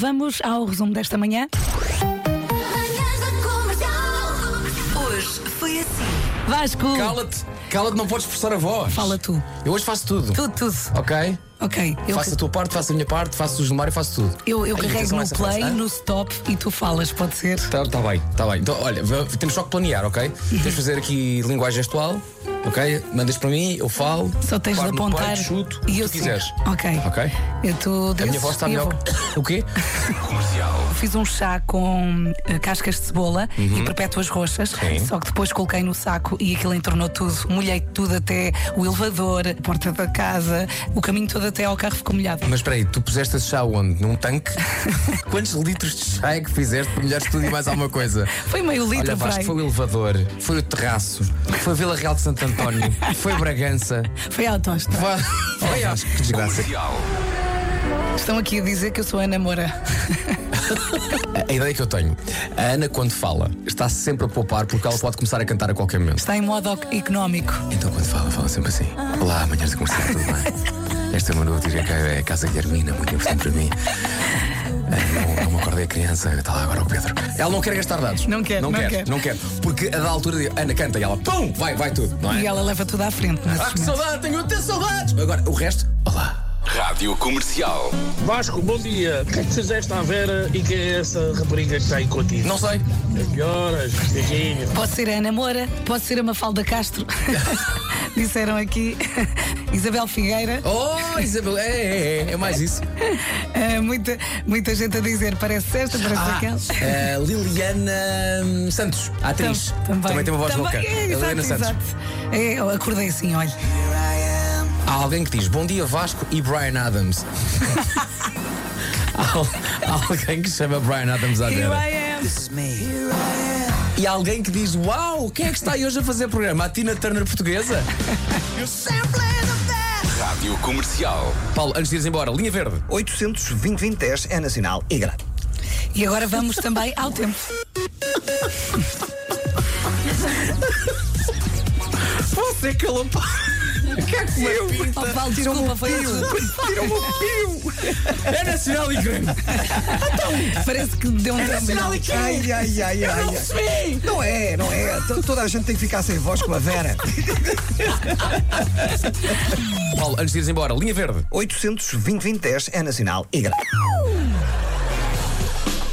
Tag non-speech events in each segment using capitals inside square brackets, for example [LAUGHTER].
Vamos ao resumo desta manhã. Manhãs da Comercial. Hoje foi assim. Vasco, Cala-te, cala-te, não podes forçar a voz. fala tu. Eu hoje faço tudo. Tudo, tudo. Ok? Ok, eu, Faço a tua parte, faço a minha parte, faço o Gilmar e faço tudo. eu, eu Ai, carrego atenção a no essa play, frase, no stop e tu falas, pode ser? Tá, tá bem, tá bem. Então, olha, va- temos só que planear, ok? Tens de fazer aqui linguagem gestual, ok? Mandas para mim, eu falo. Só tens paro de no peito, apontar. chuto, o que e eu tu quiseres. sigo. Ok. Ok? Eu tu A minha desses, voz está eu melhor. vou. O quê? Fiz um chá com eh, cascas de cebola e perpétuas roxas, Uhum. Sim. só que depois coloquei no saco e aquilo entornou tudo. Molhei tudo até o elevador, a porta da casa, o caminho todo até ao carro ficou molhado. Mas espera aí, tu puseste esse chá onde? [LAUGHS] Num tanque? Quantos litros de chá é que fizeste para melhorar tudo e mais alguma coisa? Foi meio litro, Olha, por Vasco, aí. foi o elevador, foi o terraço, foi a Vila Real de Santo António, foi Bragança. Foi à tosta. Foi, foi acho que desgraça. Estão aqui a dizer que eu sou a Ana Moura. A ideia que eu tenho, a Ana, quando fala, está sempre a poupar porque ela pode começar a cantar a qualquer momento. Está em modo económico. Então, quando fala, fala sempre assim: Olá, manhãs da comercial, tudo bem? Esta é uma notícia que é a Casa Guilhermina, muito importante para mim. Ah, Não, não me acordei a criança, está lá agora o Pedro. Ela não quer gastar dados. Não quer, não quer. Não quer. Porque a da altura de Ana canta e ela, pum, vai, vai tudo, não é? E ela leva tudo à frente. nesses Ah, que momentos. saudade, tenho até saudades! Agora, o resto, olá. Rádio Comercial. Vasco, bom dia. O que é que fizeste à Vera e quem é essa rapariga que está aí contigo? Não sei. Melhoras, beijinho. Pode ser a Ana Moura, pode ser a Mafalda [LAUGHS] Castro. Disseram aqui. Isabel Figueira. Oh, Isabel, é, é, é, é mais isso. Ah, muita, muita gente a dizer, parece esta, parece Ah, aquela. eh, Liliana hum, Santos, a atriz. Tam- Também. tem uma voz Também, rouca. É, Liliana exato, Santos. exato. É, eu acordei assim, olha. Há alguém que diz Bom dia Vasco e Brian Adams. [LAUGHS] Há al- há alguém que chama Brian Adams à Here Vera. I am. E há alguém que diz: Uau, quem é que está aí hoje a fazer programa? A Tina Turner portuguesa? Rádio Comercial. Paulo, antes de ires embora, linha verde. 820 é nacional e grátis. E agora vamos também ao tempo. Você que ele Oh, Paulo, desculpa, foi absurdo. É nacional e grande. Parece que deu um Nacional trambolhão. e quê? Ai, ai, ai, ai. ai. Não é, não é. To- Toda a gente tem que ficar sem voz com a Vera. Paulo, antes de ires embora, linha verde. 820 é nacional e grátis.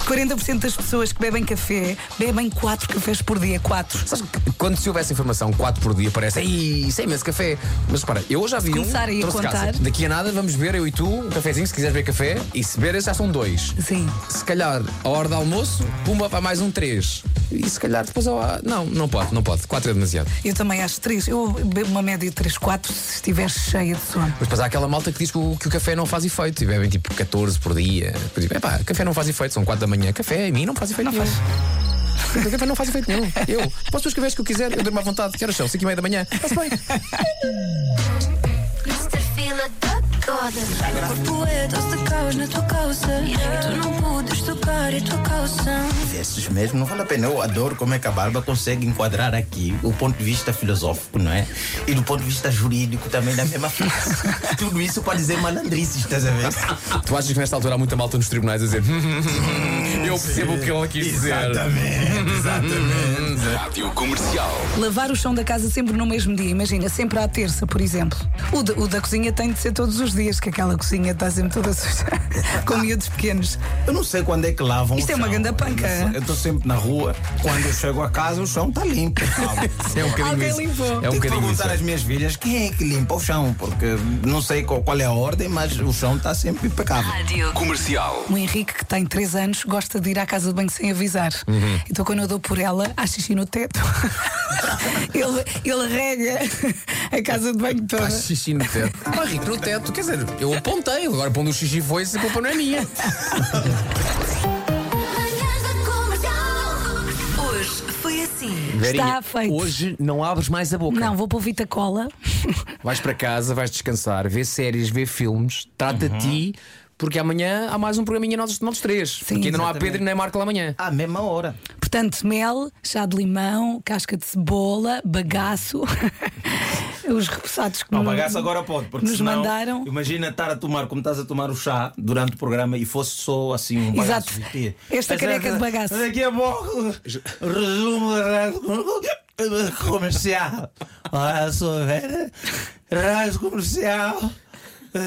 40% das pessoas que bebem café bebem 4 cafés por dia. 4. Sabes que quando se houvesse informação 4 por dia, parece, "Ei, isso é imenso café. Mas para, eu já vi Começar um, aí a trouxe de contar. casa. Daqui a nada vamos ver, eu e tu, um cafezinho, se quiseres ver café. E se beres, já são dois. Sim. Se calhar, a hora do almoço, pumba, vai mais um três. E se calhar depois, ó, não, não pode, não pode. Quatro é demasiado. Eu também acho 3. Eu bebo uma média de 3, 4 se estiver cheia de sono. Mas depois há aquela malta que diz que o, que o café não faz efeito. E bebem tipo 14 por dia. Depois, dizem, epá, café não faz efeito, são 4 da manhã. Café em mim não faz efeito Não nenhum. Café não faz efeito nenhum. Eu posso ver os cafés que eu quiser, eu durmo à vontade. Que horas são? 5 e meia da manhã. Está-se bem. Mr. Fila da Coda. Borboletas de caos na tua calça. Tu não podes tocar a tua calça. Esses mesmo, não vale a pena. Eu adoro como é que a Barba consegue enquadrar aqui o ponto de vista filosófico, não é? E do ponto de vista jurídico também da [LAUGHS] mesma frase. Tudo isso para dizer malandrices, estás a ver? Tu achas que nesta altura há muita malta nos tribunais a dizer "Hum, Eu percebo o que ele quis dizer Exatamente, exatamente. Rádio Comercial. Lavar o chão da casa sempre no mesmo dia, imagina, sempre à terça, por exemplo. O, da- o da cozinha tem de ser todos os dias, que aquela cozinha está sempre toda [LAUGHS] suja, com miúdos pequenos. Eu não sei quando é que lavam. Isto o é uma chão. ganda panca. Eu estou sempre na rua. Quando eu chego a casa, o chão [LAUGHS] está limpo. É um bocadinho Alguém isso limpou. É um Tenho que bocadinho isso perguntar às minhas filhas quem é que limpa o chão, porque não sei qual, qual é a ordem, mas o chão está sempre impecável. Comercial. O Um Henrique, que tem 3 anos, gosta de ir à casa de banho sem avisar. Uhum. Então, quando eu dou por ela, há xixi no teto. [LAUGHS] ele, ele rega a casa de banho toda. [LAUGHS] Faz xixi no teto Ah, Rico, no teto, quer dizer, eu apontei Agora pondo o xixi foi, se a culpa não é [LAUGHS] minha Manhãs da Comercial. Hoje foi assim. Está feito. Hoje não abres mais a boca. Não, vou pôr Vita Cola. Vais para casa, vais descansar, vê séries, vê filmes Trata te ti porque amanhã há mais um programinha nós, nós três. porque ainda não há Pedro e nem Marco lá amanhã. À mesma hora. Portanto, mel, chá de limão, casca de cebola, bagaço. os repousados que Não nos- pagasse agora pode, porque nos senão, mandaram. Imagina estar a tomar, como estás a tomar o chá durante o programa e fosse só assim um Exato. bagaço de é quê? Esta caneca de bagaço. Daqui a pouco, é resumo da rádio comercial. Olha só, velho. Rádio comercial,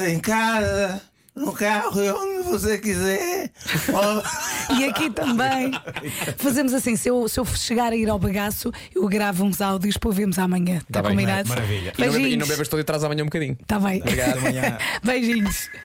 em casa, no carro, e onde você quiser. E aqui também. Fazemos assim: se eu, se eu chegar a ir ao bagaço, eu gravo uns áudios para ouvirmos amanhã. Está Tá bem, combinado? maravilha. E não, bebe- e não Beijinhos. bebas todo e traz amanhã um bocadinho. Está Tá bem. Obrigado, amanhã. [LAUGHS] Beijinhos.